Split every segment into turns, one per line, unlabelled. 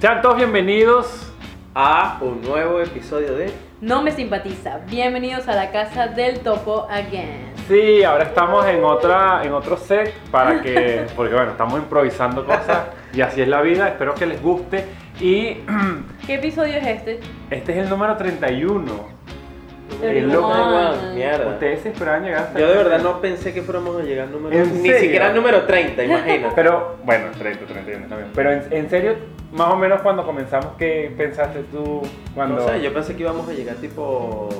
Sean todos bienvenidos a un nuevo episodio de...
No me simpatiza. Bienvenidos a la casa del topo again.
Sí, ahora estamos en, otra, en otro set para que... Porque bueno, estamos improvisando cosas y así es la vida. Espero que les guste. Y
¿Qué episodio es este?
este es el número 31.
Pero
loco.
igual.
Mierda.
Ustedes se esperaban llegar hasta...
Yo de
el
verdad
31.
no pensé que fuéramos a llegar al número
¿En
Ni
serio?
siquiera al número 30, imagínate.
Pero bueno, 30, 31 está bien. Pero en, en serio, más o menos cuando comenzamos, ¿qué pensaste tú cuando...
No sé, yo pensé que íbamos a llegar tipo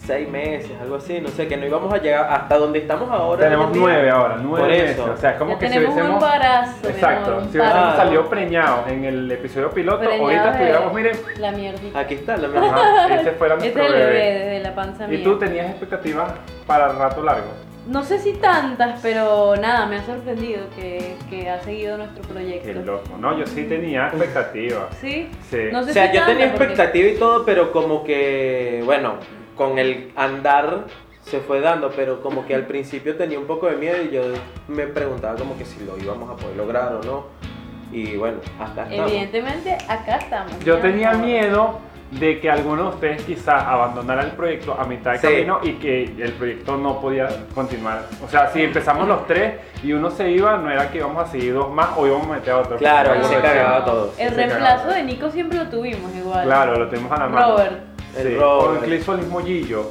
seis meses, algo así, no sé, que no íbamos a llegar hasta donde estamos ahora.
Tenemos
hoy en día.
nueve ahora, nueve
Por
meses.
eso.
O sea, es como
Ya
que si
tenemos un
hubiésemos.
embarazo. mi
Exacto.
amor, un
Si hubiésemos
paro.
salido preñados en el episodio piloto,
Preñado
ahorita
de-
estuviéramos, miren.
La mierdita.
Aquí está la mejor.
Ajá, ese fuera
Este es
nuestro
el bebé
bebé.
desde la panza mía.
¿Y tú tenías expectativas para rato largo?
No sé si tantas, pero nada, me ha sorprendido que, que ha seguido nuestro
Qué
proyecto.
loco. No, yo sí tenía expectativas.
¿Sí?
Sí.
No sé
O sea,
si
yo tenía
tantas, porque-
expectativa y todo, pero como que, bueno, con el andar se fue dando, pero como que al principio tenía un poco de miedo y yo me preguntaba como que si lo íbamos a poder lograr o no. Y bueno, hasta estamos.
Evidentemente, acá estamos.
Yo
mi
tenía
amor.
miedo de que alguno de ustedes quizás abandonara el proyecto a mitad de
Sí.
camino y que el proyecto no podía continuar. O sea, si empezamos los tres y uno se iba, no era que íbamos a seguir dos más o íbamos a meter a otro.
Claro,
Porque
ahí se
no lo
cagaba
hacíamos.
a todos.
El
Se
reemplazo
cagaba.
de Nico siempre lo tuvimos igual.
Claro, lo tenemos a la mano.
Robert.
El
Sí,
Robert.
con Clisolismo Gillo.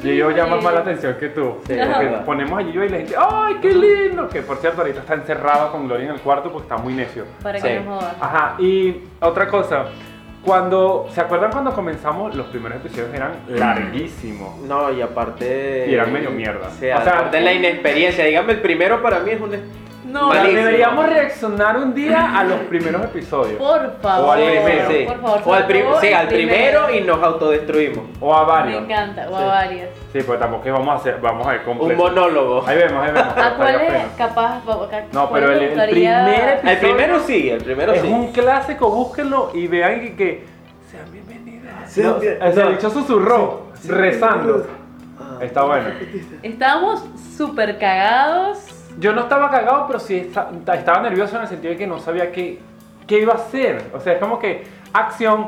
Gillo llama más la atención que tú. porque
Sí, verdad.
ponemos a Gillo y la gente, ¡ay, qué lindo! Que por cierto, ahorita está encerrado con Gloria en el cuarto porque está muy necio.
Para
Sí.
que no jodas.
Ajá, y otra cosa. Cuando, ¿se acuerdan cuando comenzamos? Los primeros episodios eran larguísimos.
Mm.
No, y aparte.
Y eran medio mierda.
O sea,
O sea,
aparte de la inexperiencia. Dígame, el primero para mí es un.
No,
O sea,
Malísimo.
Deberíamos reaccionar un día a los primeros episodios.
por favor.
O al primero.
Sí, sí.
Oh, Por favor,
O al,
sobre
prim-
todo
sí,
el
al primero y nos autodestruimos.
O a
Me
varios.
encanta, o a
Sí.
varias.
Sí, pues tampoco que vamos a hacer, vamos a ver
Un
completo.
monólogo.
Ahí vemos, ahí vemos.
¿A cuál
Estaría
es
feo.
capaz? va- ca-
No,
cuál
pero
te
el- el
gustaría-
primer epi-
El primero sí, el primero
Es
sí.
un clásico, búsquenlo y vean que, que sean bienvenidos.
Sean
No,
bien-
o sea, el
no.
bicho susurró,
Sí, Ah, sí,
rezando.
bienvenidos.
Está bueno.
Estábamos súper cagados.
Yo no estaba cagado, pero sí esta- estaba nervioso en el sentido de que no sabía qué, qué iba a hacer. O sea, es como que acción.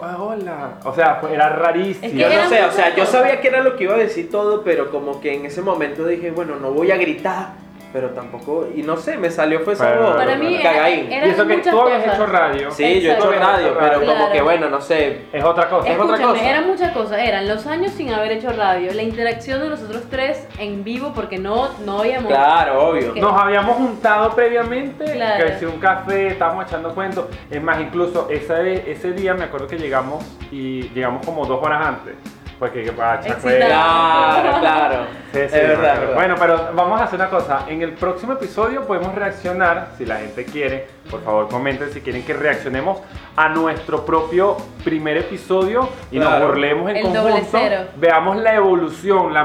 ah, hola. O sea, fue- era rarísimo.
Es que
Yo
Eran
no sé, o sea,
muchas
yo
cosas.
sabía que era lo que iba a decir todo, pero como que en ese momento dije, bueno, no voy a gritar, pero tampoco, y no sé, me salió fue esa
Pero-
voz,
Para mí era-
cagaín.
era-
y eso que
muchas
tú habías
cosas.
hecho radio.
Sí, yo he
Exacto.
hecho radio, pero
Claro.
como que bueno, no sé,
Es otra cosa.
Es otra
Escúchame,
cosa.
eran muchas cosas. Eran los años sin haber hecho radio, la interacción de nosotros tres en vivo, porque no, no habíamos.
claro, obvio.
Ok.
Nos habíamos juntado previamente,
Claro.
que hacía un café, estábamos echando cuentos. Es más, incluso esa vez- ese día me acuerdo que llegamos y llegamos como dos horas antes. Porque ah, para echar
Excitado.
cuentos.
Claro, claro.
Sí, sí,
es
me
verdad,
acuerdo.
verdad.
Bueno, pero vamos a hacer una cosa. En el próximo episodio podemos reaccionar, si la gente quiere. Por favor, comenten si quieren que reaccionemos a nuestro propio primer episodio y nos
Claro.
burlemos en
El doble
conjunto.
cero.
Veamos la evolución, la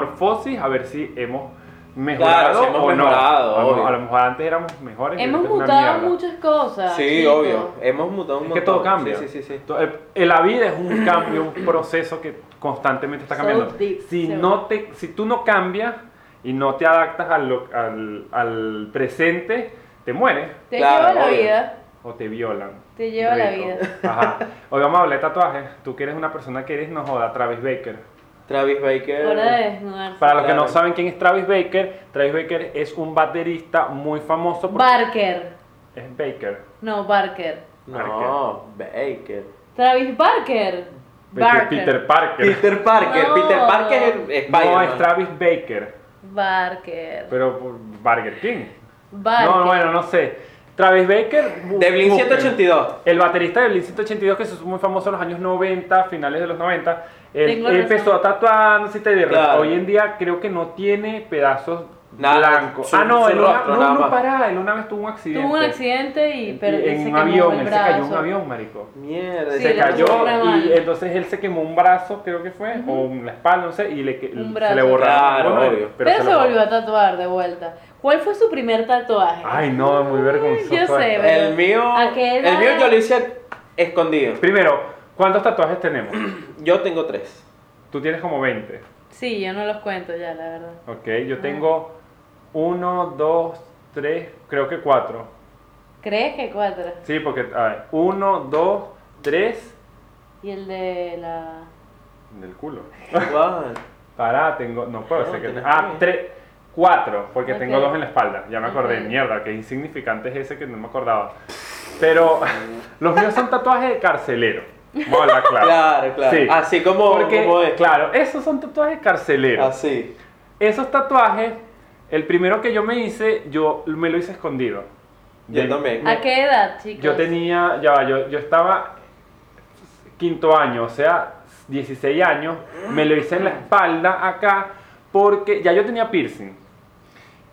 metamorfosis, a ver si hemos mejorado
Claro, si hemos
o
mejorado,
no. A lo-
obvio.
A lo mejor antes éramos mejores. y
Hemos
ahorita es una
mutado
mierda.
muchas cosas.
Sí,
Ah, chico.
obvio. Hemos mutado un
Es que
montón.
todo cambia.
Sí, sí, sí. sí.
To- eh, eh, La vida es un cambio, un proceso que constantemente está
So
cambiando.
deep,
Si,
so-
no te, si tú no cambias y no te adaptas al, lo- al, al presente, te mueres
Te
Claro,
lleva la
obvio.
vida.
o te violan.
Te lleva la
Rico.
vida.
Ajá. Hoy vamos a hablar de tatuajes. Tú que eres una persona que eres, no joda, Travis Baker.
Travis Baker.
Hora de desnudarse.
Para los que no
Claro.
saben quién es Travis Baker, Travis Baker es un baterista muy famoso. por-
Barker.
Es Baker.
No, Barker.
No, Baker.
Travis Barker. Barker.
Peter Parker.
Peter Parker.
No.
Peter Parker es el- es
no,
Spider-Man.
es Travis Baker.
Barker.
Pero por Burger King.
Barker.
No, bueno, no sé. Travis Baker. bu-
De Blink
busquen.
182.
El baterista de Blink 182 que se hizo muy famoso en los años 90, finales de los 90. Él,
Tengo
él
razón.
empezó a tatuándose y te derrotó.
Claro.
Hoy en día creo que no tiene pedazos
Nada,
blancos.
su-
ah, no,
su
él una,
rostro
no,
nada
no,
más.
pará, él una vez tuvo un accidente.
Tuvo un accidente y perdió
este, en
se
un
quemó
avión,
el
él se cayó en un
brazo.
avión, marico.
Mierda.
Sí,
se
le
cayó
pasó re mal.
y entonces él se quemó un brazo, creo que fue, o la espalda, no sé, y le, que-
Un
se le
brazo.
borraron.
Claro,
bueno,
obvio.
Pero, se
lo-
volvió a tatuar de vuelta. ¿Cuál fue su primer tatuaje?
Ay, no, muy vergonzoso.
Yo sé,
El mío.
¿A qué edad?
El mío yo lo hice escondido.
Primero, ¿cuántos tatuajes tenemos?
Yo tengo tres.
Tú tienes como 20.
Sí, yo no los cuento ya, la verdad.
Ok, yo tengo 1, 2, 3, creo que 4.
¿Crees que cuatro?
Sí, porque, a ver, uno, dos, tres,
Y el de la.
del culo.
Guau.
Pará, tengo, no puedo
No,
ser que...
tienes
Ah,
tres.
tres, cuatro, porque
Ok.
tengo dos en la espalda. Ya me acordé,
Ok.
mierda, qué insignificante es ese que no me acordaba. Pero los míos son tatuajes de carcelero. Vamos a hablar claro.
Claro, claro.
Ah. Sí.
Así como,
Porque,
como es.
claro, esos son tatuajes carceleros.
Así.
Esos tatuajes, el primero que yo me hice, yo me lo hice escondido.
Yo
De-
también.
¿A qué edad, chicos?
Yo tenía, ya va, yo, yo estaba quinto año, o sea, 16 años, me lo hice en la espalda acá, porque ya yo tenía piercing.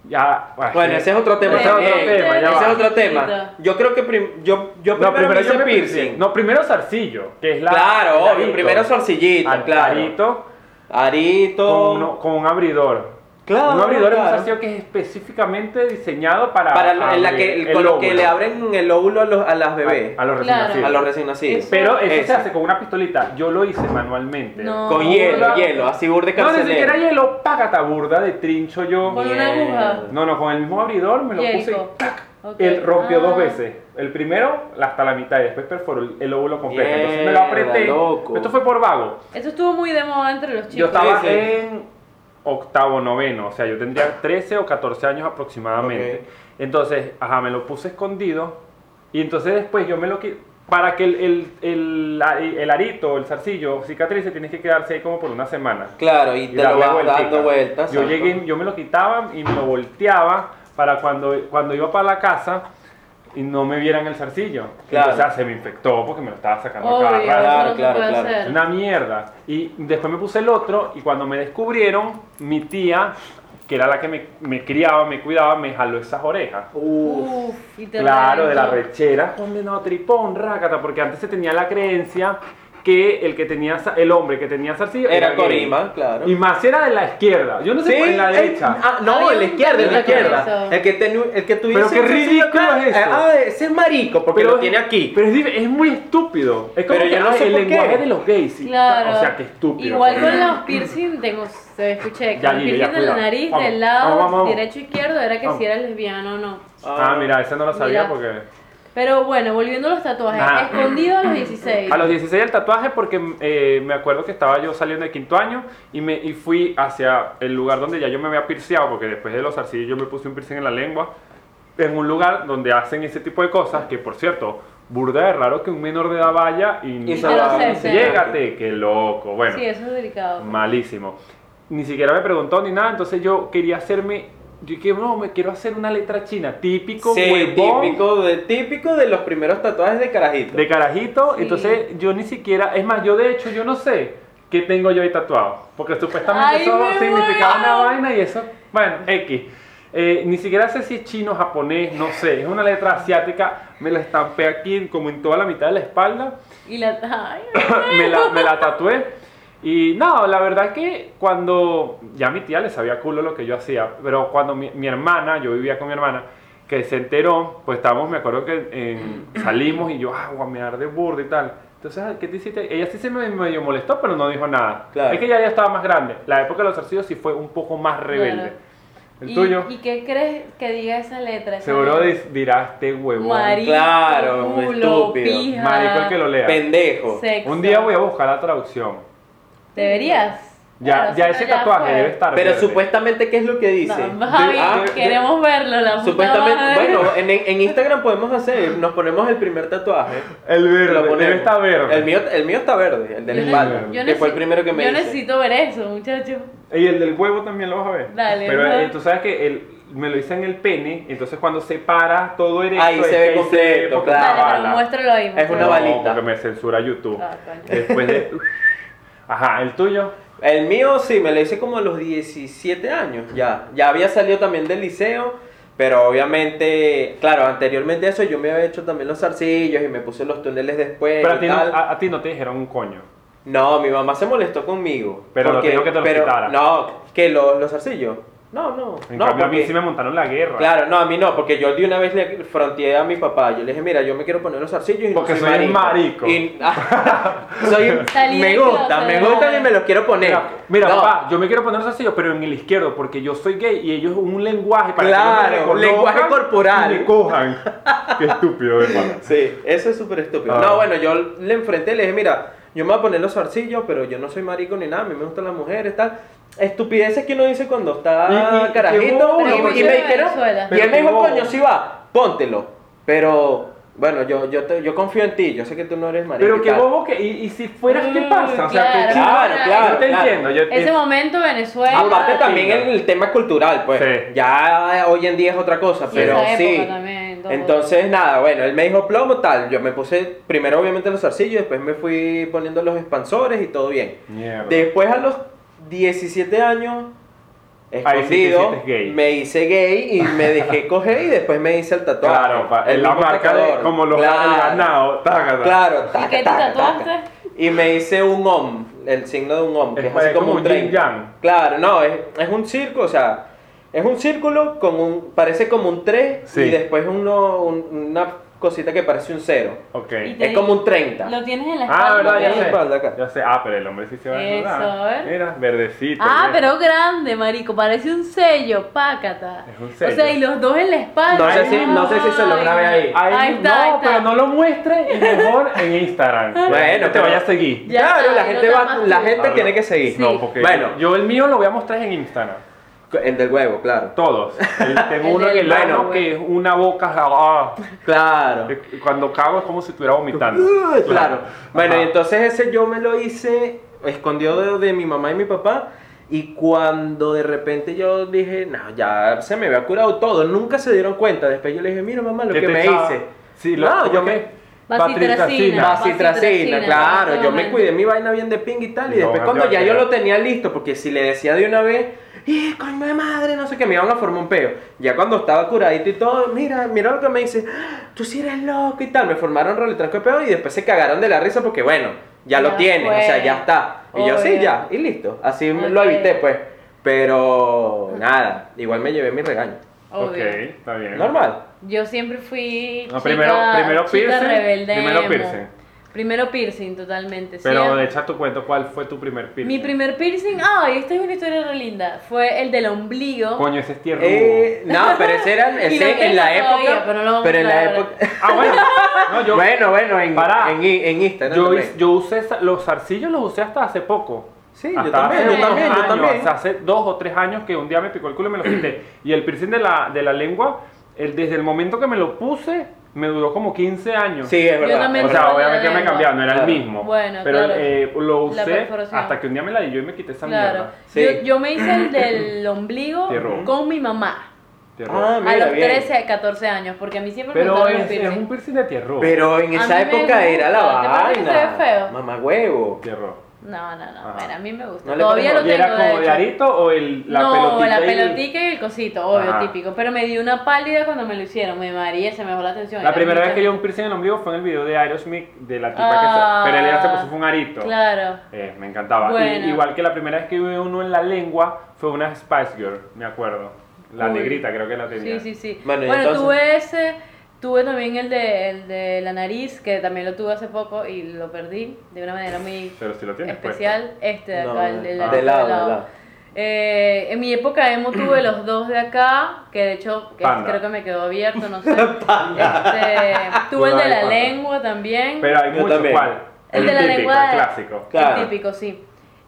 Ya,
Bueno, ese es otro tema
Ese es otro
también.
tema, ya
ese
va.
es otro tema.
Chiquito.
Yo creo que prim- yo, yo
No,
primero,
primero
me hice
yo me
piercing.
piercing. No, primero zarcillo, que es la.
Claro,
el
obvio.
arito.
Primero sorcillito,
Al-
claro.
arito
Arito.
con, uno- con un abridor.
Claro,
un abridor es un
claro.
zarcillo que es específicamente diseñado para.
para lo- en la
abrir
que,
el
con lo que
óvulo.
le abren el óvulo a los, a las bebés.
A, a los recién
Claro.
nacidos.
A los recién nacidos.
Pero eso
Ese.
se hace con una pistolita. Yo lo hice manualmente.
No.
Con
Con
hielo,
una-
hielo, así burde
No, ni siquiera
carcelero.
hielo, págata burda de trincho yo.
Con una aguja.
No, no, con el mismo abridor me lo puse y
Jericho.
¡tac!
Ok.
Él rompió dos
Ah.
veces. El primero hasta la mitad y después perforó el, el óvulo completo. Entonces me lo
Mierda,
apreté.
loco.
Esto fue por vago.
Eso estuvo muy de moda entre los chicos.
Yo estaba
sí.
en octavo, noveno, o sea, yo tendría 13 o 14 años aproximadamente. Entonces, ajá, me lo puse escondido y entonces después yo me lo quité. Para que el, el, el, el arito, el zarcillo, cicatrice, tienes que quedarse ahí como por una semana.
Claro, y te lo
darle
vas
vueltica.
dando vueltas.
Yo
exacto.
llegué, yo me lo quitaba y me lo volteaba para cuando, cuando iba para la casa y no me vieran el zarcillo.
Claro.
O sea, se me infectó porque me lo estaba sacando
Obvio,
cada rato.
eso
Claro,
no
claro,
se puede
claro.
Es
hacer.
Una mierda. Y después me puse el otro y cuando me descubrieron, mi tía, que era la que me, me criaba, me cuidaba, me jaló esas orejas.
Uf.
Uf, y te
Claro, de la
reventó.
rechera, condenado tripón, rácata, porque antes se tenía la creencia que el que tenía za- el hombre que tenía zarcillo
Era
gay.
Corima, claro.
Y más era de la izquierda. Yo no sé por en la
el-
derecha.
ah, no,
Había
el
un
izquierdo, el
temita con
izquierda.
eso.
El que, tenu- el que tú
Pero
dices,
qué
"Sí,
ridículo
claro,
es eso".
Ah, ese es marico, porque lo tiene aquí.
Pero es, dif- es muy estúpido. Es como
Pero
que,
yo no
ay,
sé
el
por qué.
lenguaje de los gays. y-
Claro.
O sea, que estúpido. pues.
Igual
coño.
con los piercing, tengo, se escuché,
Ya,
con el
Lidia,
piercing
ya,
de la
cuidado.
nariz,
Vamos,
del lado
vamos, vamos, vamos.
derecho izquierdo, era que
Vamos.
si era lesbiana o no.
Ah, mira, esa no la sabía
Mira.
porque...
Pero bueno, volviendo a los tatuajes,
Ajá.
escondido a los 16.
A los 16 el tatuaje porque eh, me acuerdo que estaba yo saliendo de quinto año y me y fui hacia el lugar donde ya yo me había pirciado porque después de los zarcillos yo me puse un piercing en la lengua en un lugar donde hacen ese tipo de cosas que por cierto burda de raro que un menor de edad vaya y,
Y
y
se va.
dice, llégate qué loco bueno
Sí, eso es delicado.
malísimo ni siquiera me preguntó ni nada entonces yo quería hacerme yo dije no me quiero hacer una letra china típico
Sí,
huevón,
típico de, típico de los primeros tatuajes de carajito.
de carajito,
Sí.
entonces yo ni siquiera, es más, yo de hecho, yo no sé qué tengo yo ahí tatuado, porque supuestamente
Ay,
eso
me
significaba
muero.
una vaina y eso, bueno, X. Eh, ni siquiera sé si es chino, japonés, no sé, es una letra asiática, me la estampé aquí como en toda la mitad de la espalda,
Y la... Ay,
me, la, me la tatué. Y no, la verdad que cuando, ya mi tía le sabía culo lo que yo hacía, pero cuando mi, mi hermana, yo vivía con mi hermana, que se enteró, pues estábamos, me acuerdo que en- salimos y yo, ah, guamear de burda y tal. Entonces, "Ah, ¿qué te hiciste? Ella sí se me medio molestó, pero no dijo nada.
Claro.
Es que ella ya estaba más grande. La época de los zarcillos sí fue un poco más rebelde.
Claro.
El
¿Y-
tuyo,
¿Y qué crees que diga esa letra? Esa
seguro
letra.
dis- dirás este huevón.
Marico,
Claro, un
culo,
estúpido.
pija,
Marico el que lo lea.
Pendejo.
sexo.
Un día voy a buscar la traducción.
Deberías.
Ya,
Claro,
ya
si
ese
no, ya
tatuaje
fue.
debe estar.
Pero
verde.
supuestamente, ¿qué es lo que
No,
dice?
Javi,
Ah,
queremos verlo, la puta
Supuestamente,
madre.
bueno, en, en Instagram podemos hacer, nos ponemos el primer tatuaje.
El
Lo
verde,
ponemos.
debe estar verde.
El mío, el mío está verde, el de la
Yo
espalda,
ne- yo
que fue el
necesi-
primero que me
Yo
hice.
necesito ver eso, muchachos.
Y el del huevo también lo vas a ver.
Dale,
Pero
ajá.
eh, tú sabes que el- me lo hice en el pene, entonces cuando se para todo erecto.
Ahí
es
se
que
ve completo,
porque
claro.
es
Dale,
una
pero
bala.
muéstralo ahí. muéstralo.
una Eh,
No,
balita.
Porque me censura YouTube.
Ah, coño.
Después de. Ajá, el tuyo.
El mío sí, me lo hice como a los 17 años ya. Ya había salido también del liceo, pero obviamente, claro, anteriormente a eso yo me había hecho también los zarcillos y me puse los túneles después.
Pero
y
a ti, no,
tal.
a, a ti no te dijeron un coño.
No, mi mamá se molestó conmigo.
Pero lo dijo que te los
pero-
quitara.
No, que los, los zarcillos. No, no.
En
no,
cambio, a mí
porque-
sí me montaron la guerra.
Claro, no, a mí no, porque yo de una vez le fronteé a mi papá. Yo le dije, mira, yo me quiero poner los zarcillos y
Porque soy un marico.
Y- ah, soy un-
Salí
me
del
gusta,
closet.
me gusta y me los quiero poner.
Mira, mira,
No,
papá, yo me quiero poner sencillo, pero en el izquierdo, porque yo soy gay y ellos un lenguaje para que
Claro,
no me reconozcan
lenguaje corporal.
y me cojan. Qué estúpido, hermano.
Sí, eso es súper estúpido.
Ah.
No, bueno, yo le enfrenté, le dije, mira, yo me voy a poner los zarcillos, pero yo no soy marico ni nada, a mí me gustan las mujeres, tal. Estupideces que uno dice cuando
Y-
está
y- y
carajito.
hubo
Y,
uno,
y
porque-
me dijeron,
Venezuela.
y él me
Pero
dijo,
hubo-
coño, sí va, póntelo. Pero, bueno, yo, yo, te- yo confío en ti, yo sé que tú no eres marico. y
Pero qué
tal.
bobo que. Y, y si fueras, ¿qué
Mm,
pasa? O sea,
claro,
qué chimbo.
Claro, claro,
Yo te
claro.
entiendo. Yo eh,
Ese momento Venezuela.
eh, Aparte
Ah,
también
sí,
el, el tema cultural, pues.
Sí.
Ya hoy en día es otra cosa,
Y
pero
esa
sí.
época también, todo.
Entonces, nada, bueno, él me dijo plomo, tal. Yo me puse primero, obviamente, los zarcillos, después me fui poniendo los expansores y todo bien.
Mierda.
Después, a los 17 años,
Ahí sí te
escondido,
hiciste gay.
me hice gay y me dejé coger y después me hice el tatuaje.
Claro, pa-
El
en la
mismo
marca de,
tatuador.
como los
Claro.
el ganado. tácata.
Claro,
¿Y
taca,
qué te
taca, taca.
tatuaste?
Y me hice un om, el signo de un om, que
Es
es así
como
como un
un yin
30.
yang.
Claro, no, es, es un círculo, o sea, es un círculo con un, parece como un 3
Sí.
y después uno, un- una cosita que parece un 0.
Ok.
Y te-
Es como un 30.
Lo tienes en la espalda.
Ah, verdad,
Tiene espalda
ya
acá.
sé. Ya sé. Ah, pero el hombre sí se va a
Eso,
desnudar.
¿eh?
Mira, verdecito.
Ah,
mira.
pero grande, marico, parece un sello, pácata.
Es un sello.
O sea, y los dos en la espalda.
No sé,
Ay,
si, no sé si se lo grabé ahí.
Ahí,
Ahí
no,
está, ahí está.
pero no lo muestres y mejor en Instagram.
Bueno,
te
pero-
vaya a seguir.
Ya
claro,
está,
la
no
gente,
te
va,
amas
la
tú.
gente
Ah,
tiene que seguir.
Sí.
No, porque
Bueno.
yo el mío lo voy a mostrar en Instagram.
El del huevo, claro.
Todos. El- tengo
El
uno en
del
el ano
bueno.
que es una boca. ah, Eh,
Claro.
cuando cago es como si estuviera vomitando.
Claro. Bueno,
Ajá.
y entonces ese yo me lo hice escondido de, de mi mamá y mi papá. Y cuando de repente yo dije, no, ya se me había curado todo, nunca se dieron cuenta. Después yo le dije, mira mamá, lo
¿Qué
que
te
me
echaba?
hice.
Sí, lo
no, yo
¿qué?
me.
Bacitracina.
Bacitracina.
Vacitracina,
Vacitracina,
claro, yo me
exactamente.
cuidé mi vaina bien de ping y tal. Y
No,
después,
yo
cuando ya yo
creo.
lo tenía listo, porque si le decía de una vez, ¡eh, coño de madre! No sé qué, me iban a formar un peo. Ya cuando estaba curadito y todo, mira, mira lo que me dice, ¡Ah, tú sí eres loco y tal. Me formaron rol y tranco de peo y después se cagaron de la risa porque, bueno, ya, lo
Ya
tienes,
fue.
o sea, ya está. Y yo, sí,
Obvio.
ya, y listo. Así lo
Ok.
evité, pues. Pero nada, igual me llevé mi regaño.
Obvio.
Ok, está bien.
Normal.
Yo siempre fui.
No,
chica-
primero- primero
chica
piercing,
rebelde
primero
emo.
piercing.
Primero piercing, totalmente.
Pero
Siempre-
echa tu cuento, ¿cuál fue tu primer piercing?
Mi primer piercing, ay, esta es una historia re linda. Fue el del ombligo.
Coño, ese es tierno.
Eh, no, pero ese era
Y lo
ese en
tengo
la época.
todavía, pero no lo vamos a
en la
hablar.
época.
Ah, bueno. No, yo,
bueno, bueno, en,
Pará.
en, i- en Instagram.
yo,
también.
hice- yo usé esa- los zarcillos, los usé hasta hace poco.
Sí, yo
Hasta
también,
hace
yo
unos
también, yo
años,
también.
hasta hace dos o tres años que un día me picó el culo y me lo quité. y el piercing de la, de la lengua, el- desde el momento que me lo puse, me duró como 15 años.
sí, es verdad.
también
O
Pero
sea,
no
obviamente
era
me
lengua.
cambiaba, no era el
Claro.
mismo.
Bueno,
pero
claro.
eh, lo
La
usé
perforación.
hasta que un día me la di yo y me quité esa
claro.
mierda.
Sí.
Yo, yo me hice el del ombligo
Te robo.
con mi mamá.
Tierra.
Ah,
a
mira,
los
bien.
13, 14 años, porque a mí siempre me
pero
gustaron
es,
los
es
piercing.
un piercing de tierra.
Pero en
A
esa
mí me
época era la
gusta, ¿te parece que se
vaina.
ve feo?
Mamá huevo.
Tierra.
No, no, no,
Ajá.
bueno, a mí me gusta.
No le
Todavía
pones
lo
¿Y
tengo,
era
de
como de
hecho.
arito o el, la
no,
pelotita?
la
y- Ah.
pelotita y el cosito, obvio,
Ajá.
típico. Pero me dio una pálida cuando me lo hicieron. Me maría, se me bajó la atención.
La primera vez que yo un piercing en el ombligo fue en el video de Aerosmith de la tipa
Ah.
que se... Pero ella se puso fue un arito.
Claro.
Eh, me encantaba.
Bueno.
Y- igual que la primera vez que vi uno en la lengua fue una Spice Girl, me acuerdo. La
Uy.
negrita creo que la tenía.
Sí, sí, sí.
Bueno,
Bueno,
y entonces-
tuve ese, tuve también el de, el de la nariz, que también lo tuve hace poco y lo perdí de una manera muy
Pero si lo tienes
especial. Este de
No,
acá, el de
ah.
la
de lado, de
lado.
lado.
Eh, en mi época emo tuve los dos de acá, que de hecho que
Panda.
creo que me quedó abierto, no sé. Este, tuve el de la
Panda.
lengua también.
puesto. Pero hay
Yo
mucho
también.
cual.
El de la
típico,
lengua
el
de-
clásico.
Claro.
El típico, sí.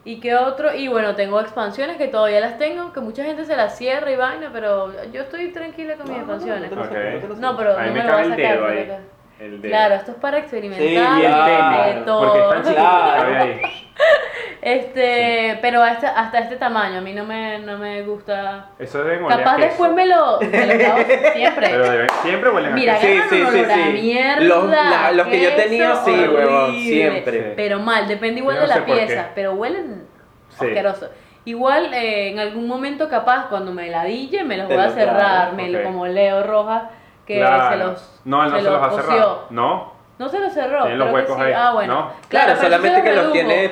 ¿Y qué otro? Y bueno, tengo expansiones que todavía las tengo, que mucha gente se las cierra y vaina, pero yo estoy tranquila con mis expansiones.
no te lo
No, pero
a mí
no
me
me lo va a
cabe el
sacar.
dedo
pero
ahí.
acá.
El dedo.
Claro, esto es para experimentar
Sí,
Y el
Ah,
de
tenis.
todo.
Porque es tan chiquito que cabe ahí.
Este, pero hasta, hasta este tamaño, a mí no me, no me gusta.
Eso deben oler a
Capaz
queso.
después me lo, me lo acabo siempre.
Pero deben- siempre huelen
Mira,
a queso.
agarran un olor a mierda,
Los, la- los que yo
queso,
tenía, sí,
horrible.
huevón, siempre.
Pero mal, depende igual
Yo no
de la
sé por qué.
pieza, pero huelen
Sí.
asqueroso. Igual eh, en algún momento capaz cuando me la dille me los
Te
voy a
lo
cerrar,
clavo,
me lo-
ok.
como Leo Rojas que
Claro.
se los
No, él no se, los ha cerrado.
cosió.
No.
No se los cerró,
Tiene los
creo que
huecos
sí.
ahí,
Ah, bueno.
¿no?
pero
Claro,
eso se
solamente que los
redujo.
tiene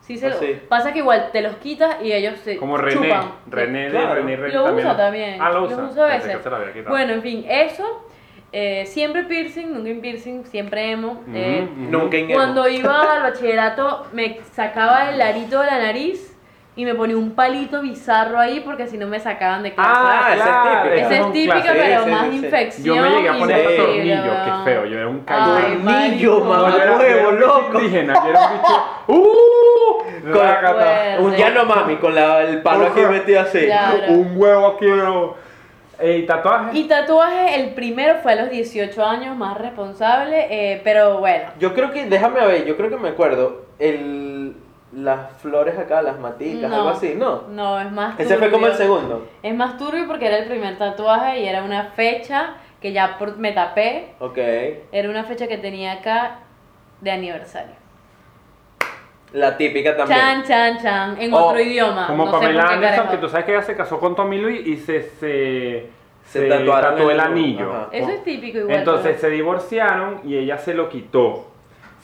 Sí se lo-
Ah, sí.
Pasa que igual te los quitas y ellos se
Como René,
chupan.
René de
Claro.
René René
Lo
también.
usa también.
Ah, lo
Lo
usa.
usa a
Pensé
veces.
que se lo había quitado.
Bueno, en fin, eso. eh, siempre piercing, nunca en piercing, siempre emo.
Ujú,
eh,
ujú.
Nunca en emo.
Cuando iba al bachillerato me sacaba el larito de la nariz y me ponía un palito bizarro ahí porque si no me sacaban de clase.
Ah,
esa es
claro,
típica.
Esa
esa
es
un
típica,
clase.
pero
Sí, sí,
más
sí, sí.
infección.
Yo me llegué a poner
y-
hasta
Sí,
tornillo, qué
weón.
feo. Yo era un
Ay,
cayón.
Tornillo,
No,
marico.
yo era- yo era
mamahuevo,
un bicho
loco.
indígena, yo era un bicho. ¡Uh!
Con-
Rácata.
Pues,
Un llano mami con la- el palo aquí
Ojo.
metido así.
Ya. Claro.
Un huevo aquí, huevo. Eh, tatuaje.
Y tatuaje, el primero fue a los 18 años, más responsable, eh, pero bueno.
Yo creo que, déjame ver, yo creo que me acuerdo. El, las flores acá, las maticas,
No.
algo así, ¿no?
No, es más
Ese fue como el
turbio.
segundo.
Es más turbio porque era el primer tatuaje y era una fecha que ya por- me tapé.
Ok.
Era una fecha que tenía acá de aniversario.
La típica también.
Chan, chan, chan. En
Oh,
otro idioma.
Como
no sé
Pamela
por qué
Anderson,
carajo.
que tú sabes que ella se casó con Tommy Louis y se, se,
Se
se
tatuaron
tatuó el
el-
anillo. Oh.
ajá.
Eso es típico igual. pues.
Entonces
pero-
se divorciaron y ella se lo quitó.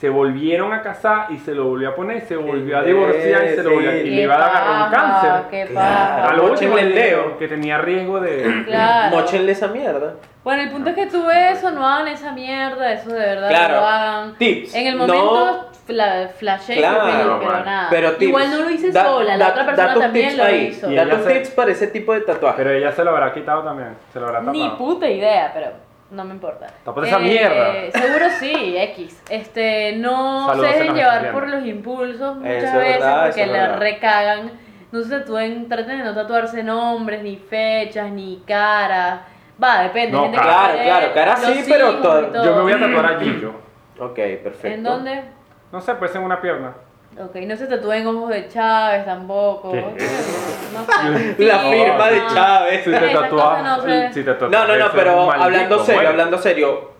Se volvieron a casar y se lo volvió a poner, se volvió a divorciar y se lo volvió a...
Sí.
Y
Qué
le iba a agarrar un
paja,
cáncer.
qué
Claro.
A
paja.
lo último
Móchenle el
le
dedo.
dijeron que tenía riesgo de...
Claro.
Móchenle esa mierda.
Bueno, el punto es que tuve eso, no hagan esa mierda, eso de verdad
Claro.
no lo hagan.
Tips.
En el
No.
momento fla- flashé,
Claro,
pero, pero
vale.
nada.
Pero tips.
Igual no lo hice
Da-
sola, la
da-
otra
da
persona
tus
también
tips
lo
ahí.
hizo.
Y
Da
ella
tus
se-
tips para ese tipo de tatuaje.
Pero ella se lo habrá quitado también, se lo habrá tapado.
Ni puta idea, pero no me importa. Eh,
Tápate esa mierda.
Seguro sí, X. Este, no
Saludos,
se
se
dejen
nos
llevar
están
por
viendo.
los impulsos muchas
Eso es
veces
verdad, eso
porque
es
la
verdad.
recagan. No se tatúen, traten de no tatuarse nombres, ni fechas, ni caras. Va, depende.
No,
gente que
claro,
lee,
claro, cara
los
sí, pero
hijos
todo-
y
Yo me voy a tatuar a Gillo.
Ok, perfecto.
¿En dónde?
No sé, pues en una pierna.
Ok, no se tatúen ojos de Chávez tampoco.
¿Qué?
No sé.
La
Sí,
firma de
no.
Chávez.
Si te
Esas
tatuas...
cosas no se-
si te tatuas
No, no, no,
eres un
pero
maldito,
hablando serio,
muere.
hablando serio.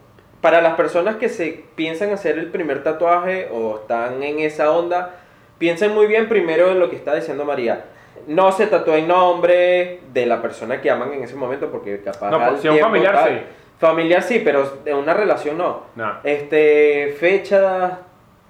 Para las personas que se piensan hacer el primer tatuaje o están en esa onda, piensen muy bien primero en lo que está diciendo María. No se tatúen nombre de la persona que aman en ese momento porque capaz
No,
al
si a un
tiempo,
familiar
tal-
sí.
Familiar sí, pero de una relación no.
No.
Este, fechas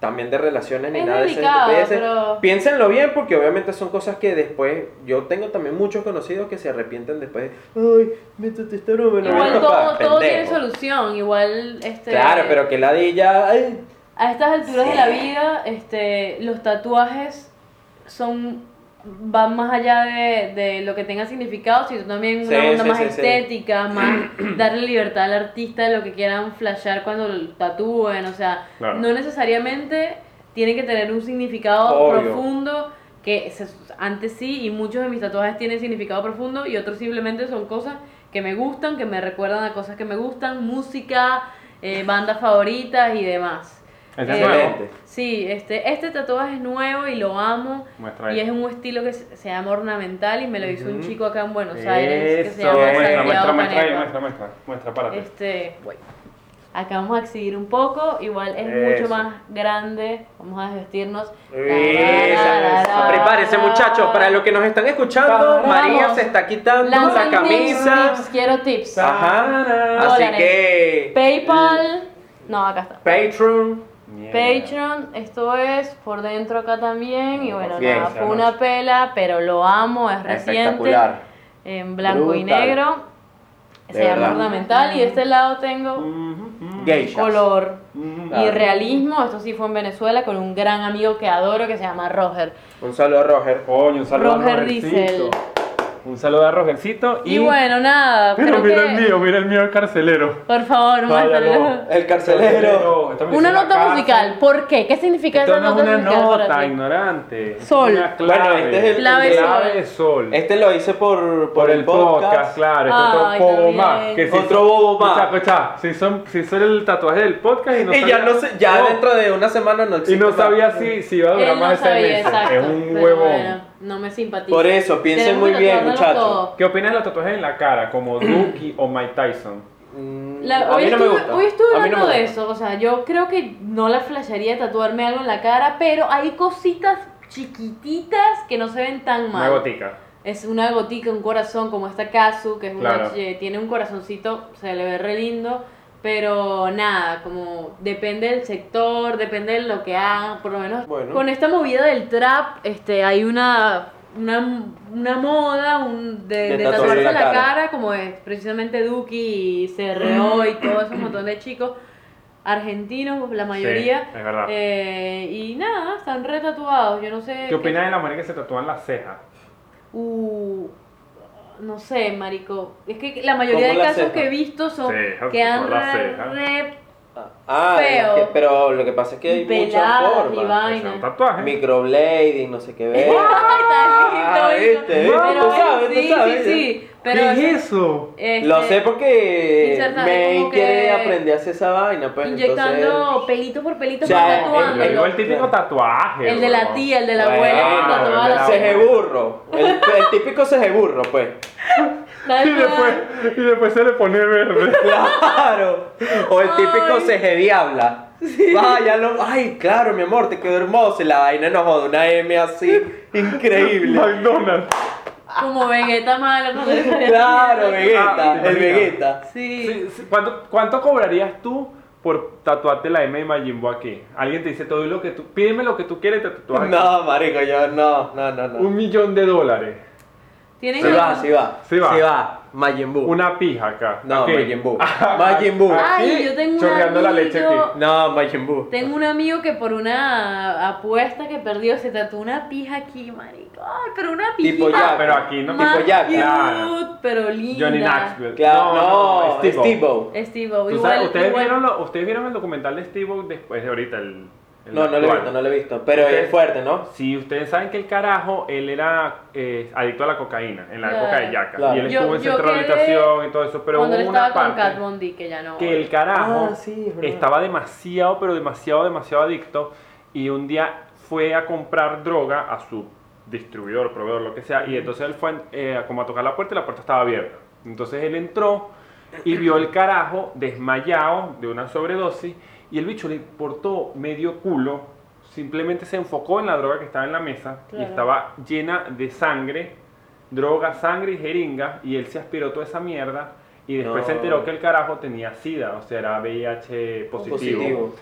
también de relaciones ni
Es
nada
delicado,
de esas estupideces.
pero-
Piénsenlo bien porque obviamente son cosas que después, yo tengo también muchos conocidos que se arrepienten después. Ay, me testaron, me lo voy a
Igual
tapar".
todo, todo tiene
Pendejo.
solución, igual este
Claro, pero que la di ya... ay,
a estas alturas de la vida, este, los tatuajes son van más allá de, de lo que tenga significado, sino también
Sí,
una onda
sí,
más
sí, sí.
estética, más darle libertad al artista de lo que quieran flashear cuando lo tatúen, o sea,
Claro.
no necesariamente tiene que tener un significado
Obvio.
profundo que se- antes sí y muchos de mis tatuajes tienen significado profundo y otros simplemente son cosas que me gustan, que me recuerdan a cosas que me gustan, música, eh, bandas favoritas y demás.
Ese
Eh,
es nuevo.
Excelente.
Sí, este, este tatuaje es nuevo y lo amo.
Muestra ahí.
Y es un estilo que se se llama ornamental y me lo hizo un
Ujú.
chico acá en Buenos
Eso,
Aires que se llama
muestra,
Santiago
muestra, muestra, ahí,
Canepa.
muestra, muestra, muestra, párate.
Este, voy. Acá vamos a exhibir un poco, igual es
Eso.
mucho más grande. Vamos a desvestirnos.
esa-
Tararara.
Prepárense muchachos, para los que nos están escuchando,
Vamos.
María se está quitando la
Lancen tips,
camisa.
tips, quiero tips.
Ajá. Así
Dólares.
que...
PayPal. No, acá está.
Patreon.
Mierda.
Patreon, esto es por dentro acá también. Y bueno,
Bien,
nada,
esa
fue
noche.
una pela, pero lo amo, es reciente.
Espectacular.
En blanco y
Brutal.
negro.
De
Se llama
verdad.
ornamental. Y de este lado tengo
Ujú, ujú.
Geishas.
color
Ujú.
Claro.
y realismo. Esto sí fue en Venezuela con un gran amigo que adoro que se llama Roger.
Un saludo a Roger.
Coño, un saludo
Roger
a Rogercito.
Diesel.
Un saludo a Rogercito. Y,
Y, bueno, nada.
Pero
creo
mira
que-
el mío, mira el mío, el carcelero.
Por favor,
Vaya,
muéstralo.
no.
El carcelero.
Esta me
Una
hizo la
nota
casa.
musical. ¿Por qué? ¿Qué significa
Esto
esa
no
nota
es una
musical para
nota
ti?
ignorante. es
Sol.
una clave.
Bueno, este es el-
Clave
clave sol.
Este lo hice por, por,
Por el podcast, claro. Este
Ay,
otro bobo
también.
más. que si
Otro
son-
bobo más.
Escucha, escucha, Si son, si son el tatuaje del podcast y no
Y ya
sabía-
no sé, ya
No.
dentro de una semana no existe.
Y no
más.
sabía si, si iba a durar
Él
más
no
de seis
sabía,
meses.
exacto,
es un
pero
huevón.
bueno, no me simpatiza.
Por eso, piensen
Tenemos
muy
que
bien,
tatuárnoslo
muchachos.
todo.
¿Qué opinas de los tatuajes en la cara, como Duki o Mike Tyson?
Mm,
La-
a
hoy,
mí no
estuve,
me gusta.
hoy estuve
A mí no
hablando
me
de
gusta.
eso, o sea, yo creo que no la flashearía tatuarme algo en la cara, pero hay cositas chiquititas que no se ven tan
Una
mal.
gotica.
Es una gotica, un corazón, como esta Kazu, que es una
Claro.
ch- tiene un corazoncito, se le ve re lindo. Pero nada, como depende del sector, depende de lo que hagan, por lo menos
Bueno.
con esta movida del trap, este hay una una, una moda un, de,
De
de
tatuarse
tatuarse la
la
cara.
cara.
como es precisamente Duki y CRO y todo ese montón de chicos argentinos, la mayoría.
es verdad.
Eh, y nada, están retatuados, yo no sé.
¿Qué opinas de las mujeres que se tatúan las cejas?
Uh, no sé, marico. Es que la mayoría de
Como la
casos
ceja.
que he visto son
Ceja,
que han
como la
re-
ceja.
re-
Ah,
Feo.
es que- pero lo que pasa es que hay muchas
peladas y
formas.
Que sea un
vainas.
tatuaje.
Microblading, no sé qué ver.
Ah,
Ah,
está lindo,
viste,
viste,
lindo. Pero
tú
sabes, tú
sí,
sabes,
sí,
¿eh?
sí. Pero
¿Qué es eso?
este,
Lo sé porque
Insert ahí
me
como que-
quiere aprender a hacer esa vaina, pues
inyectando pelito por pelito
O sea,
por
No, el,
tatuando.
yo digo el
El,
típico tatuaje.
de la
huevón.
tía, el de la
Bueno,
abuela que
claro,
tatuaba
el de
la
la
ceja.
abuela.
burro, el, el típico burro, pues.
Tal
Y después,
cual.
y después se le pone verde.
Claro. O el típico
Ay.
ceje diabla. Vaya, lo- ay, claro, mi amor, te quedó hermoso. Y la vaina nos joda una M así, increíble.
McDonald's.
Como Vegeta malo. cuando le salía
Claro,
la mierda.
Ah,
Vegeta,
¿te
el
imaginas?
Vegeta.
Sí.
Sí, sí, ¿Cuánto, ¿Cuánto cobrarías tú por tatuarte la M de Majin Buu aquí? Alguien te dice, todo lo que tú, pídeme lo que tú quieres y te tatúas aquí.
No, marico, yo no, no, no, no.
Un millón de dólares.
Tienen
Sí va,
algún-
sí va.
Sí va.
Sí va. Majin Buu.
Una pija acá.
No,
aquí.
Majin Buu. Majin Buu.
Aquí,
Ay, yo tengo un
chorreando la
amigo-
leche aquí.
No, Majin Buu.
Tengo un amigo que por una apuesta que perdió se tatuó una pija aquí, marico. Ay, pero una pija.
Tipo
Ah,
ya.
pero aquí no.
más
tipo Jack,
cute,
claro.
pero linda.
Johnny Knoxville.
Claro, no, Steve
Steve-O.
Steve-O.
Steve
¿Tú
O,
sabes-
igual,
¿ustedes,
igual.
Vieron lo- ¿Ustedes vieron el documental de Steve O después de ahorita? El, el
No, no lo
actual?
he
Este
visto, no lo he visto. Pero
Ustedes-
es fuerte, ¿no?
Si ustedes saben que el carajo, él era eh, adicto a la cocaína en la
Claro.
época de Yaka.
Claro.
Y él
Yo-
estuvo en
yo
centro de
quedé
rehabilitación y todo eso, pero
Cuando
hubo
él
una
estaba con Cat
parte
Von D, que ya no.
que el carajo
Ah, sí, es verdad.
estaba demasiado, pero demasiado, demasiado adicto y un día fue a comprar droga a su distribuidor, proveedor, lo que sea, y entonces él fue eh, como a tocar la puerta y la puerta estaba abierta. Entonces él entró y vio el carajo desmayado de una sobredosis y el bicho le importó medio culo, simplemente se enfocó en la droga que estaba en la mesa
Claro.
y estaba llena de sangre, droga, sangre y jeringa y él se aspiró toda esa mierda y después
No.
se enteró que el carajo tenía sida, o sea, era VIH positivo.
Positivo.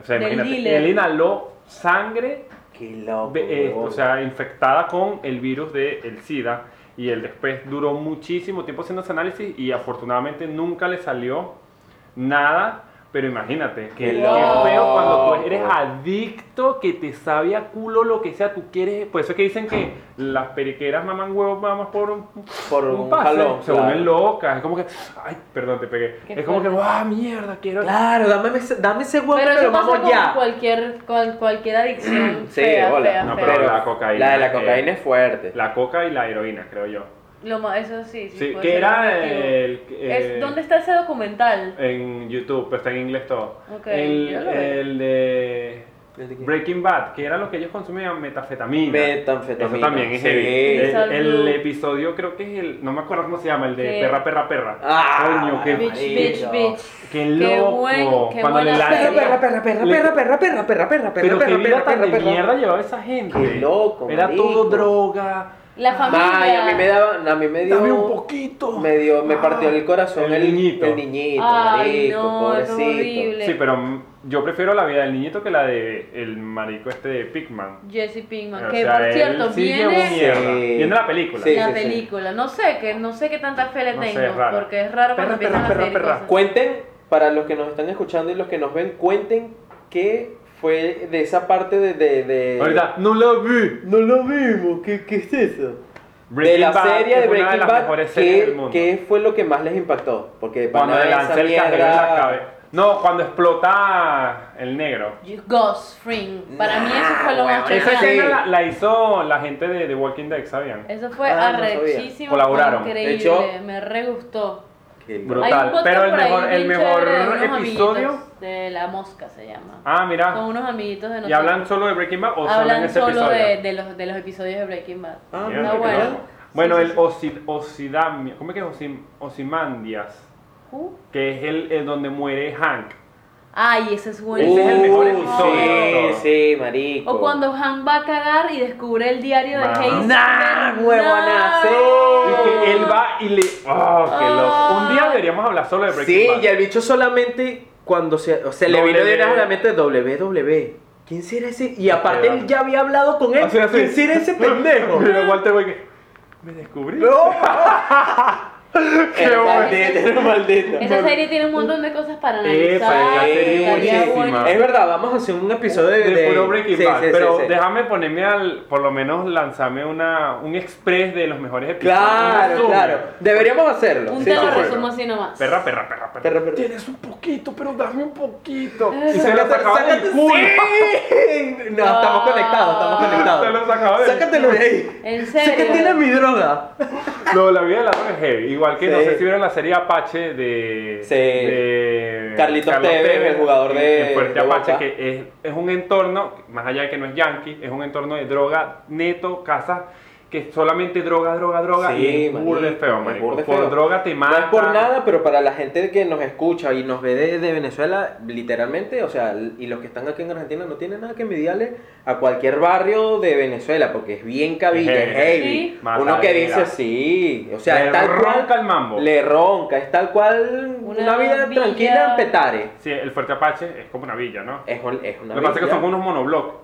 O sea,
Del
imagínate,
dealer.
él inhaló sangre
Qué loco.
Ve- eh,
huevón.
o sea, infectada con el virus del SIDA y él después duró muchísimo tiempo haciendo ese análisis y afortunadamente nunca le salió nada, pero imagínate, que
Qué
qué
loco.
feo cuando tú eres adicto, que te sabe a culo lo que sea, tú quieres, por eso es que dicen que las periqueras maman huevos mamas por un,
Por
un
un
pase,
jalón,
se
claro.
vuelven locas, es como que, ay, perdón, te pegué,
Qué
es como que,
fuerte.
¡ah, mierda, quiero...
Claro, dame ese, dame ese huevo,
Pero
pero,
eso pasa
vamos
con
ya.
cualquier, con cualquier adicción.
Sí,
fea,
hola.
fea,
No,
fea.
pero la cocaína,
La de la
eh,
cocaína es fuerte.
La coca y la heroína, creo yo.
Lo ma- eso sí. sí,
Sí,
puede
que
ser
era
adictivo.
el... eh,
Es- ¿Dónde está ese documental?
En YouTube, pero está en inglés todo.
Ok,
el,
ya lo veo.
el de Breaking Bad, que era lo que ellos consumían, metafetamina.
Metanfetamina.
Eso también es
sí.
heavy. El,
Salud.
el episodio creo que es el, no me acuerdo cómo se llama, el de
¿Qué?
perra, perra, perra.
Ah,
Coño, qué,
Bitch,
qué,
Marido.
bitch, bitch.
loco.
buen- qué
Cuando le
buena
lanzan-
serie.
Perra, perra, perra, perra,
Le-
perra, perra, perra, perra, perra,
Pero
perra,
qué vida
perra,
tan
perra,
de
perra.
mierda llevaba esa gente.
Qué loco,
Era
marico.
todo droga.
La familia.
Ay, a mí me daba, a mí me dio,
Dame un poquito.
me dio, me
Ah,
partió el corazón el,
el niñito.
el niñito,
Ay,
marico,
no, es
pobrecito.
horrible.
Sí, pero mm, yo prefiero la vida del niñito que la de el marico este de Pigman.
Jesse Pinkman,
O
que
sea,
por
él
cierto
sí llevó
viene
mierda.
Sí.
Viene la película.
Sí,
la
sí, sí.
película. No sé que no sé qué tanta fe le
No sé,
tengo,
es raro.
porque es raro cuando
Perra,
empiezan a
perra,
hacer
perra,
cosas.
Cuenten, para los que nos están escuchando y los que nos ven, cuenten qué fue de esa parte de... de, de-
Ahorita, no la vi.
No lo vimos, ¿qué, qué es eso? de
Breaking
la
Bad
serie
es una
de Breaking
las
Bad,
mejores series del
¿qué,
mundo.
qué fue lo que más les impactó? Porque de
Cuando
pana
le
esa
lanza el
mierda-
castillo en la cabeza. No, cuando explota el negro.
Ghost Fring. Para mí eso fue lo más
Ah,
Esa
sí.
escena la, la hizo la gente de The Walking Dead, ¿sabían?
Eso fue
Ah, no sabía.
arrechísimo.
Colaboraron.
Increíble.
De hecho-
me re gustó.
Qué loco.
Brutal.
Hay un podcast
Pero el
por ahí
mejor- el
bien
mejor
chévere de unos
episodio-
amiguitos De la mosca se llama.
Ah,
Son
mira.
unos amiguitos de nosotros.
¿Y hablan solo de Breaking Bad o solo en
Hablan
ese
solo
episodio?
de, de los, de los episodios de Breaking Bad.
Ah,
Mierda,
mira,
Está
qué
bueno.
loco. Bueno,
Sí, sí,
el
sí.
Osid, Osidamia, ¿cómo es que es Osim- Osimandias?
Uh.
Que es el, el donde muere Hank.
Ay, ese es bueno.
Ese es el mejor
Uh,
episodio de
Sí, sí, marico.
O cuando Han va a cagar y descubre el diario de
Nah.
Heisenberg.
¡Nah, huevona!
Nah.
¡Sí!
Y
Ah.
que él va y le. ¡Oh, qué loco! Un día deberíamos hablar solo de Breaking
Sí,
Bad.
y el bicho solamente cuando se, o sea, le vino
W.
de una a la mente WW. ¿Quién será ese? Y aparte
va.
él ya había hablado con él.
Así, así.
¿Quién será ese pendejo?
Mira, Walter White que, Me descubrí.
no,
Qué
Era
bueno.
maldito, era maldito.
Esa serie tiene un montón de cosas para
Epa,
analizar.
esa serie es
estaría
buenísima.
bueno.
Es verdad, vamos a hacer un episodio de,
de puro Breaking
sí,
Bad.
sí, sí,
pero
sí.
déjame ponerme al. Por lo menos lanzarme una, un express de los mejores episodios. un
Claro,
resumen.
claro. Deberíamos hacerlo.
Un
Sí,
te
sí,
lo
sí.
resumo así nomás.
Perra, perra, perra, perra.
Perra, perra.
Tienes un poquito, pero dame un poquito.
Eh.
Y se lo sacaba del
Sácate-
culo.
sí. No, estamos conectados, estamos conectados.
Se Ah, lo sacaba del
Sácatelo de ahí.
¿En serio?
Sácatela mi droga.
Lo de la vida de la droga es heavy. Igual que no
Sí.
sé si vieron la serie Apache de.
Sí.
de
Carlitos Tevez, el jugador
en-
de-
en Fuerte
de
Apache,
Boca.
que es, es un entorno, más allá de que no es yankee, es un entorno de droga neto, casa. Que solamente droga, droga, droga.
Sí,
y es
marico,
burde feo,
es
marico.
burde
Por
feo.
droga te
No
matan.
es por nada, pero para la gente que nos escucha y nos ve de, de Venezuela, literalmente, o sea, y los que están aquí en Argentina no tienen nada que mediarle a cualquier barrio de Venezuela, porque es bien cabilla,
Es
es
heavy.
heavy.
Sí.
Matadera.
Uno que dice sí, o sea,
Le
es tal
ronca
cual,
el mambo.
le ronca, es tal cual
Una
una, vida
villa.
tranquila en Petare.
Sí, el Fuerte Apache es como una villa, ¿no?
Es, un- es una
Lo que pasa es que
villa.
son unos monoblocks.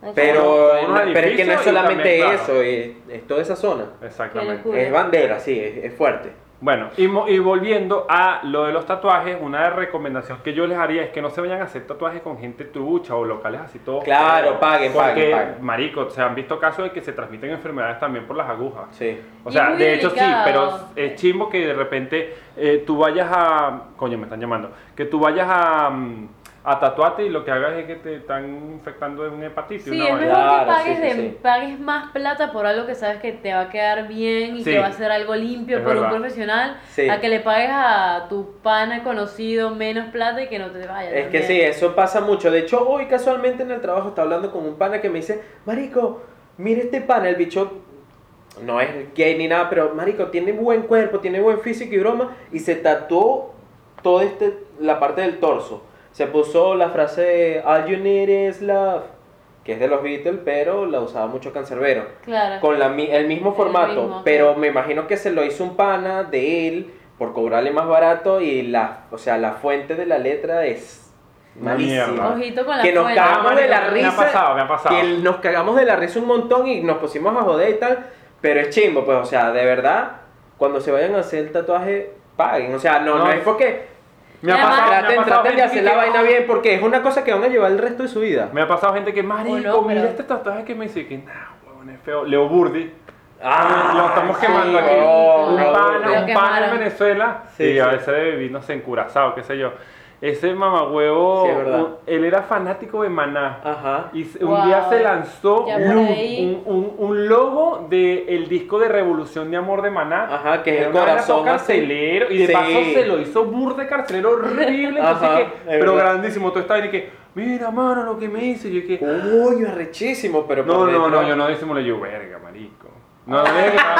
Ok.
Pero,
Son unos
pero es que no es
edificios y
solamente
también, claro.
eso, es, es toda esa zona.
Exactamente.
locura.
Es bandera, sí, es, es fuerte.
Bueno, y, mo- y volviendo a lo de los tatuajes, una recomendación que yo les haría es que no se vayan a hacer tatuajes con gente trucha o locales así todos.
Claro,
feos.
paguen,
Porque,
paguen, paguen.
marico, se han visto casos de que se transmiten enfermedades también por las agujas.
Sí.
O
Y
sea,
es muy
de hecho sí,
delicado.
pero es chimbo que de repente eh, tú vayas a... Coño, me están llamando. Que tú vayas a, mm, a tatuarte y lo que hagas es que te están infectando de una hepatitis.
Sí,
una
es
vaina.
mejor
Claro,
que pagues,
sí, sí,
de-
sí.
pagues más plata por algo que sabes que te va a quedar bien y
Sí.
que va a ser algo limpio
Es
por
verdad.
un profesional,
Sí.
a que le pagues a tu pana conocido menos plata y que no te vaya.
Es que
también.
sí, eso pasa mucho. De hecho, hoy casualmente en el trabajo estaba hablando con un pana que me dice, Marico, mire este pana, el bicho no es gay ni nada, pero Marico tiene buen cuerpo, tiene buen físico y broma, y se tatuó toda este, la parte del torso. Se puso la frase, All you need is love, que es de los Beatles, pero la usaba mucho cancerbero.
Claro.
Con la, mi- el mismo formato,
mismo,
pero
claro.
me imagino que se lo hizo un pana de él por cobrarle más barato y la, o sea, la fuente de la letra es
Una
malísima.
mierda.
Ojito con la
que nos
fuente.
cagamos de la
Me ha
risa.
pasado, me ha pasado.
Que nos cagamos de la risa un montón y nos pusimos a joder y tal, pero es chimbo, pues, o sea, de verdad, cuando se vayan a hacer el tatuaje, paguen, o sea, no,
No.
no, es porque
Me ha
Además,
pasado- me ha
traten,
pasado
traten de
gente que
hacer la
dice,
vaina
"Ah,
bien porque es una cosa que van a llevar el resto de su vida.
Me ha pasado gente que, marico,
Bueno,
mira
pero-
este tatuaje que me dice que, nah, huevón, es feo. Leo Burdi.
Ah.
lo estamos
sí,
quemando aquí.
marico.
un
Leo
pana,
Burdi.
un
Lo
pana en
quemaron.
Venezuela.
Oh, Sí,
y a
sí.
veces de vivir, no sé, en Curazao, qué sé yo. Ese mamagüevo,
Sí, es verdad.
un- él era fanático de Maná.
Ajá.
Y se- un
Wow.
día se lanzó
Ya
un,
por ahí.
un- un- un logo del disco de Revolución de Amor de Maná.
Ajá, que es
Era
el
una vaina
corazón
todo
así.
carcelero. Y de
Sí.
paso se lo hizo burde carcelero horrible. entonces
Ajá,
que-
es
pero
verdad.
grandísimo. Tú estabas y que, mira, mano, lo que me hizo. Y yo que,
Coño, arrechísimo, pero
no,
por
no,
dentro-
no, yo no disimulé. Yo, verga, marico. No,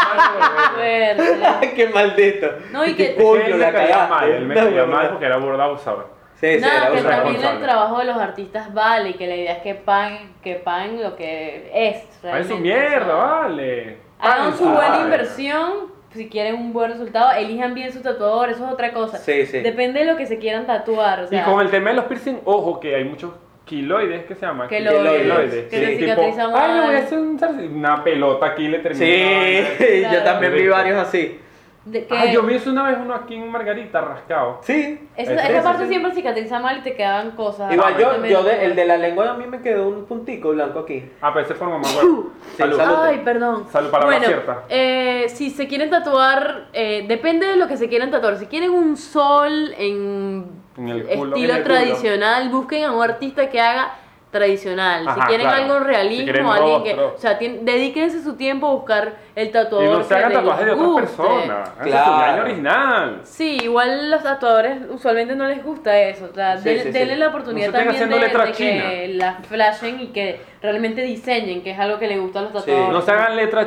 verga,
Fuerte.
Qué maldito.
No, y que-
Coño,
coño,
él me
la
caía
cagaste.
mal, él me
No,
caía
no,
mal
no.
porque era burda abusador.
Sí, sí,
Nada,
era un
que también
responsable.
el trabajo de los artistas vale y que la idea es que paguen, que paguen lo que es.
Ay,
realmente,
su
o sea.
mierda, vale.
Hagan su buena
Vale.
inversión. Si quieren un buen resultado, elijan bien su tatuador, eso es otra cosa.
Sí, sí.
Depende de lo que se quieran tatuar. O sea,
Y con el tema de los piercing, ojo, que hay muchos quiloides que se llaman.
Que lo-
Quiloides.
que lo
Sí, tipo,
cicatrizan
Ay, me voy a
mal".
hacer un zarci-". una pelota aquí le termina.
Sí,
Claro.
yo también vi varios así.
de que-
Ah, yo me hice una vez uno aquí en Margarita rascado.
Este Sí.
esa,
Eso,
esa
eso,
parte
sí.
siempre cicatriza mal y te quedan cosas.
Igual yo,
absolutamente
yo de- el de la lengua a mí me quedó un puntico blanco aquí.
Ah, pero ese fue mamá huevo.
Sí,
Salud.
salud.
Ay, perdón.
Salud, palabra
bueno,
cierta.
eh, si se quieren tatuar, eh, depende de lo que se quieran tatuar. Si quieren un sol en,
En el culo.
estilo
En el culo.
tradicional, busquen a un artista que haga tradicional.
Ajá,
si quieren
claro.
algo
Si
realismo,
quieren
alguien que,
rostro.
o sea, tien- dedíquense su tiempo a buscar el
Y
tatuador
no se
que
hagan
les
tatuajes de otras
guste.
personas. Ese es su
Claro.
daño original.
Sí, igual los tatuadores usualmente no les gusta eso. O sea,
Sí,
den-
sí, sí.
denle la
No
oportunidad
se estén
también
haciendo
de,
letras
de que
chinas.
las flashen y que realmente diseñen, que es algo que le gusta a los tatuadores.
No se hagan letras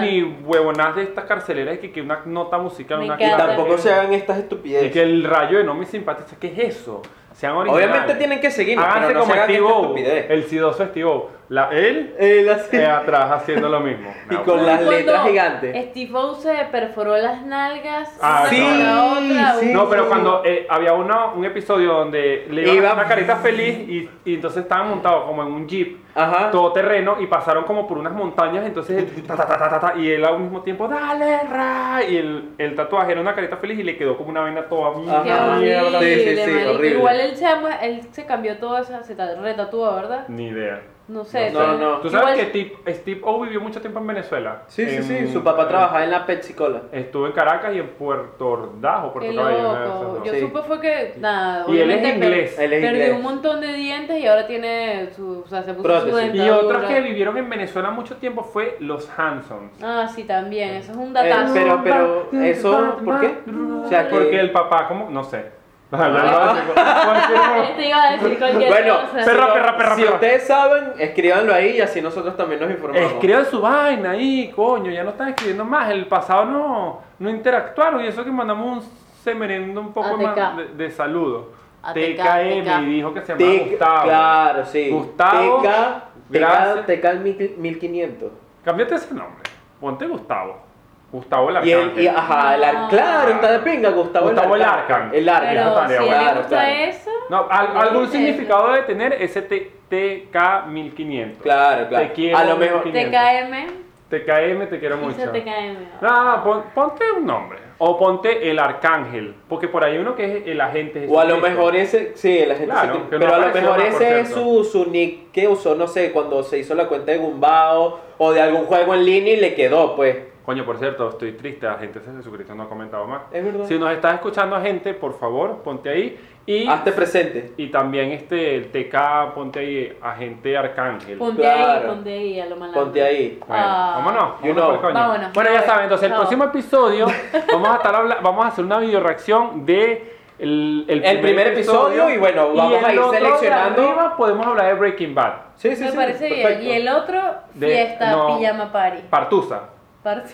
chinas ni huevonadas de estas carceleras que, que una nota musical,
Me
una
encanta.
clave.
Tampoco se hagan estas
Y que
estupideces.
el rayo de no me simpatiza, ¿qué es eso? Sean originales.
Obviamente tienen que seguirnos,
Háganse
pero no se
como
hagan esta
Steve O,
estupidez.
el sidoso Steve O. La, él
Él así.
eh, atrás haciendo lo mismo.
Y
No,
con
bueno.
las
Cuando
letras gigantes.
Steve O se perforó las nalgas.
Ah,
una
sí,
con la otra,
sí.
No, pero cuando eh, había una- un episodio donde le iban a
Iba-
hacer una carita feliz y, y entonces estaban montados como en un jeep
Ajá.
todo terreno y pasaron como por unas montañas, entonces él, ta, ta, ta, ta, ta, ta, y él al mismo tiempo, dale, ra, y el, el tatuaje era una carita feliz y le quedó como una vaina toda
Ajá.
Qué
mierda.
horrible,
mierda. Sí, sí, sí,
marico.
horrible.
Igual él se, ama- él se cambió todo, esa- se ta- retatuó, ¿verdad?
Ni idea.
No sé.
No,
tal-
no.
¿Tú sabes
Igual-
que Steve, Steve O vivió mucho tiempo en Venezuela?
Sí, sí, sí.
En-
Su papá trabajaba en la Pepsi Cola.
Estuvo en Caracas y en Puerto Ordaz o Puerto
Qué
Cabello. una de
loco.
esas dos.
Yo
Sí.
supe fue que nada.
Y él es
obviamente, per-
inglés.
Él es
perdió
inglés.
un montón de dientes y ahora tiene su, o sea, se puso su
Prótesis.
Y
dentadura.
otros que vivieron en Venezuela mucho tiempo fue los Hansons.
Ah, sí, también. Eso es un
Eh,
datazo.
pero, pero, ¿eso por qué? O sea, que-
Porque el papá, como, no sé. Ya lo
Ah.
hace, cualquier-
Este iba a decir cualquier
Bueno,
cosa.
perra,
Pero
perra, perra,
Si
perra.
ustedes saben, escríbanlo ahí y así nosotros también nos informamos.
Escriban su vaina ahí, coño, ya no están escribiendo más. El pasado no, no interactuaron y eso que mandamos un semerendo un poco
ATK.
más de, de saludo.
ATK,
TKM
ATK.
y dijo que se llamaba
Tic-
Gustavo.
Claro, sí.
Gustavo,
Teca,
gracias.
teca, teca el mil- 1500.
Cámbiate ese nombre. Ponte Gustavo. Gustavo el
Y el,
Arcángel.
y, ajá, el ar- claro, está de pinga, Gustavo,
Gustavo el
el
Arcan.
arcan. El
Ah. Pero
Esa
arcan.
tarea,
si
bueno.
le
Claro,
gusta
claro.
eso,
No, al- algún
Sí,
significado debe tener ese T- TK1500.
Claro, claro.
Te quiero,
a lo mejor.
te-
TKM,
TKM te quiero mucho. Ah,
hizo TKM.
No, no, pon- ponte un nombre. O ponte el arcángel. Porque por ahí uno que es el agente.
O a lo
Jesucristo.
mejor ese, sí, la gente
Claro,
se-
que no
pero a lo
apareció
mejor
más, por
ese es
cierto.
su, su nick que usó, no sé, cuando se hizo la cuenta de Gumbao o de algún juego en línea y le quedó, pues.
Coño, por cierto, estoy triste. La gente de Jesucristo no ha comentado más.
Es verdad.
Si nos estás escuchando, gente, por favor, ponte ahí. Y,
Hazte presente.
y también este, el TK, ponte ahí, agente arcángel.
Ponte ahí,
Claro.
ponte ahí, a lo malo.
Ponte ahí.
Bueno,
Ah.
vámonos.
You
vámonos
know.
por el coño.
Vámonos.
Bueno, ya saben, entonces el
Chao.
próximo episodio vamos a estar habla- vamos a hacer una video reacción de el,
El primer episodio y bueno, vamos
el
a ir
otro de
seleccionando.
arriba podemos hablar de Breaking Bad,
Sí, sí,
Me
sí,
parece
perfecto.
bien. Y el otro,
De-
fiesta,
no.
pijama party.
Partusa.
Party.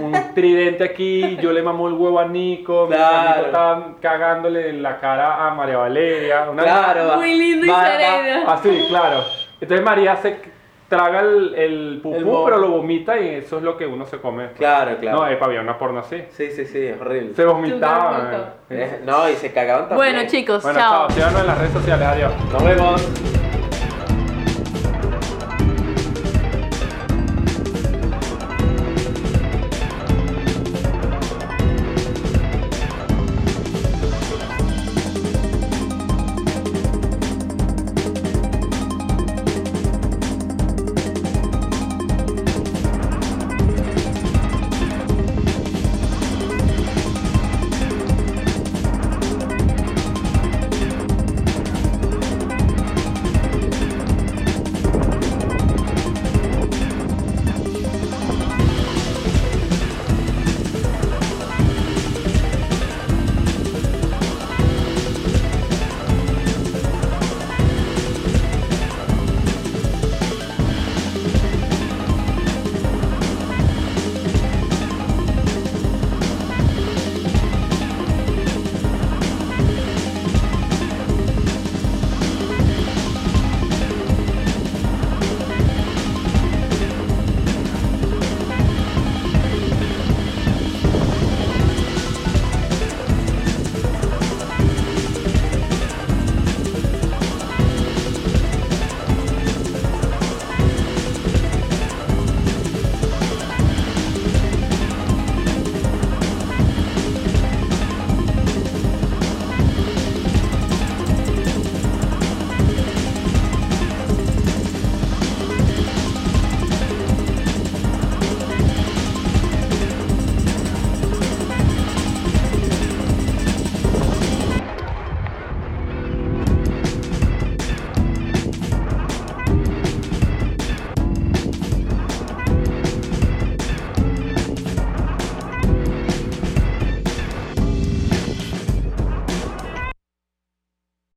Un tridente aquí, yo le mamó el huevo a Nico, mi
Claro.
amigo estaba cagándole en la cara a María Valeria. una-
Claro.
Muy lindo y
va- va-
sereno.
Así, claro. Entonces María se traga el, el pupú,
El bo-
pero lo vomita y eso es lo que uno se come.
Claro, claro.
No, epa, había una porno así.
Sí, sí, eh. sí, es horrible.
Se vomitaba.
Nunca me
eh.
Eh, No, y se cagaban también.
Bueno, chicos,
Bueno,
chao.
chao. Síganos en las redes sociales. Adiós.
Nos vemos.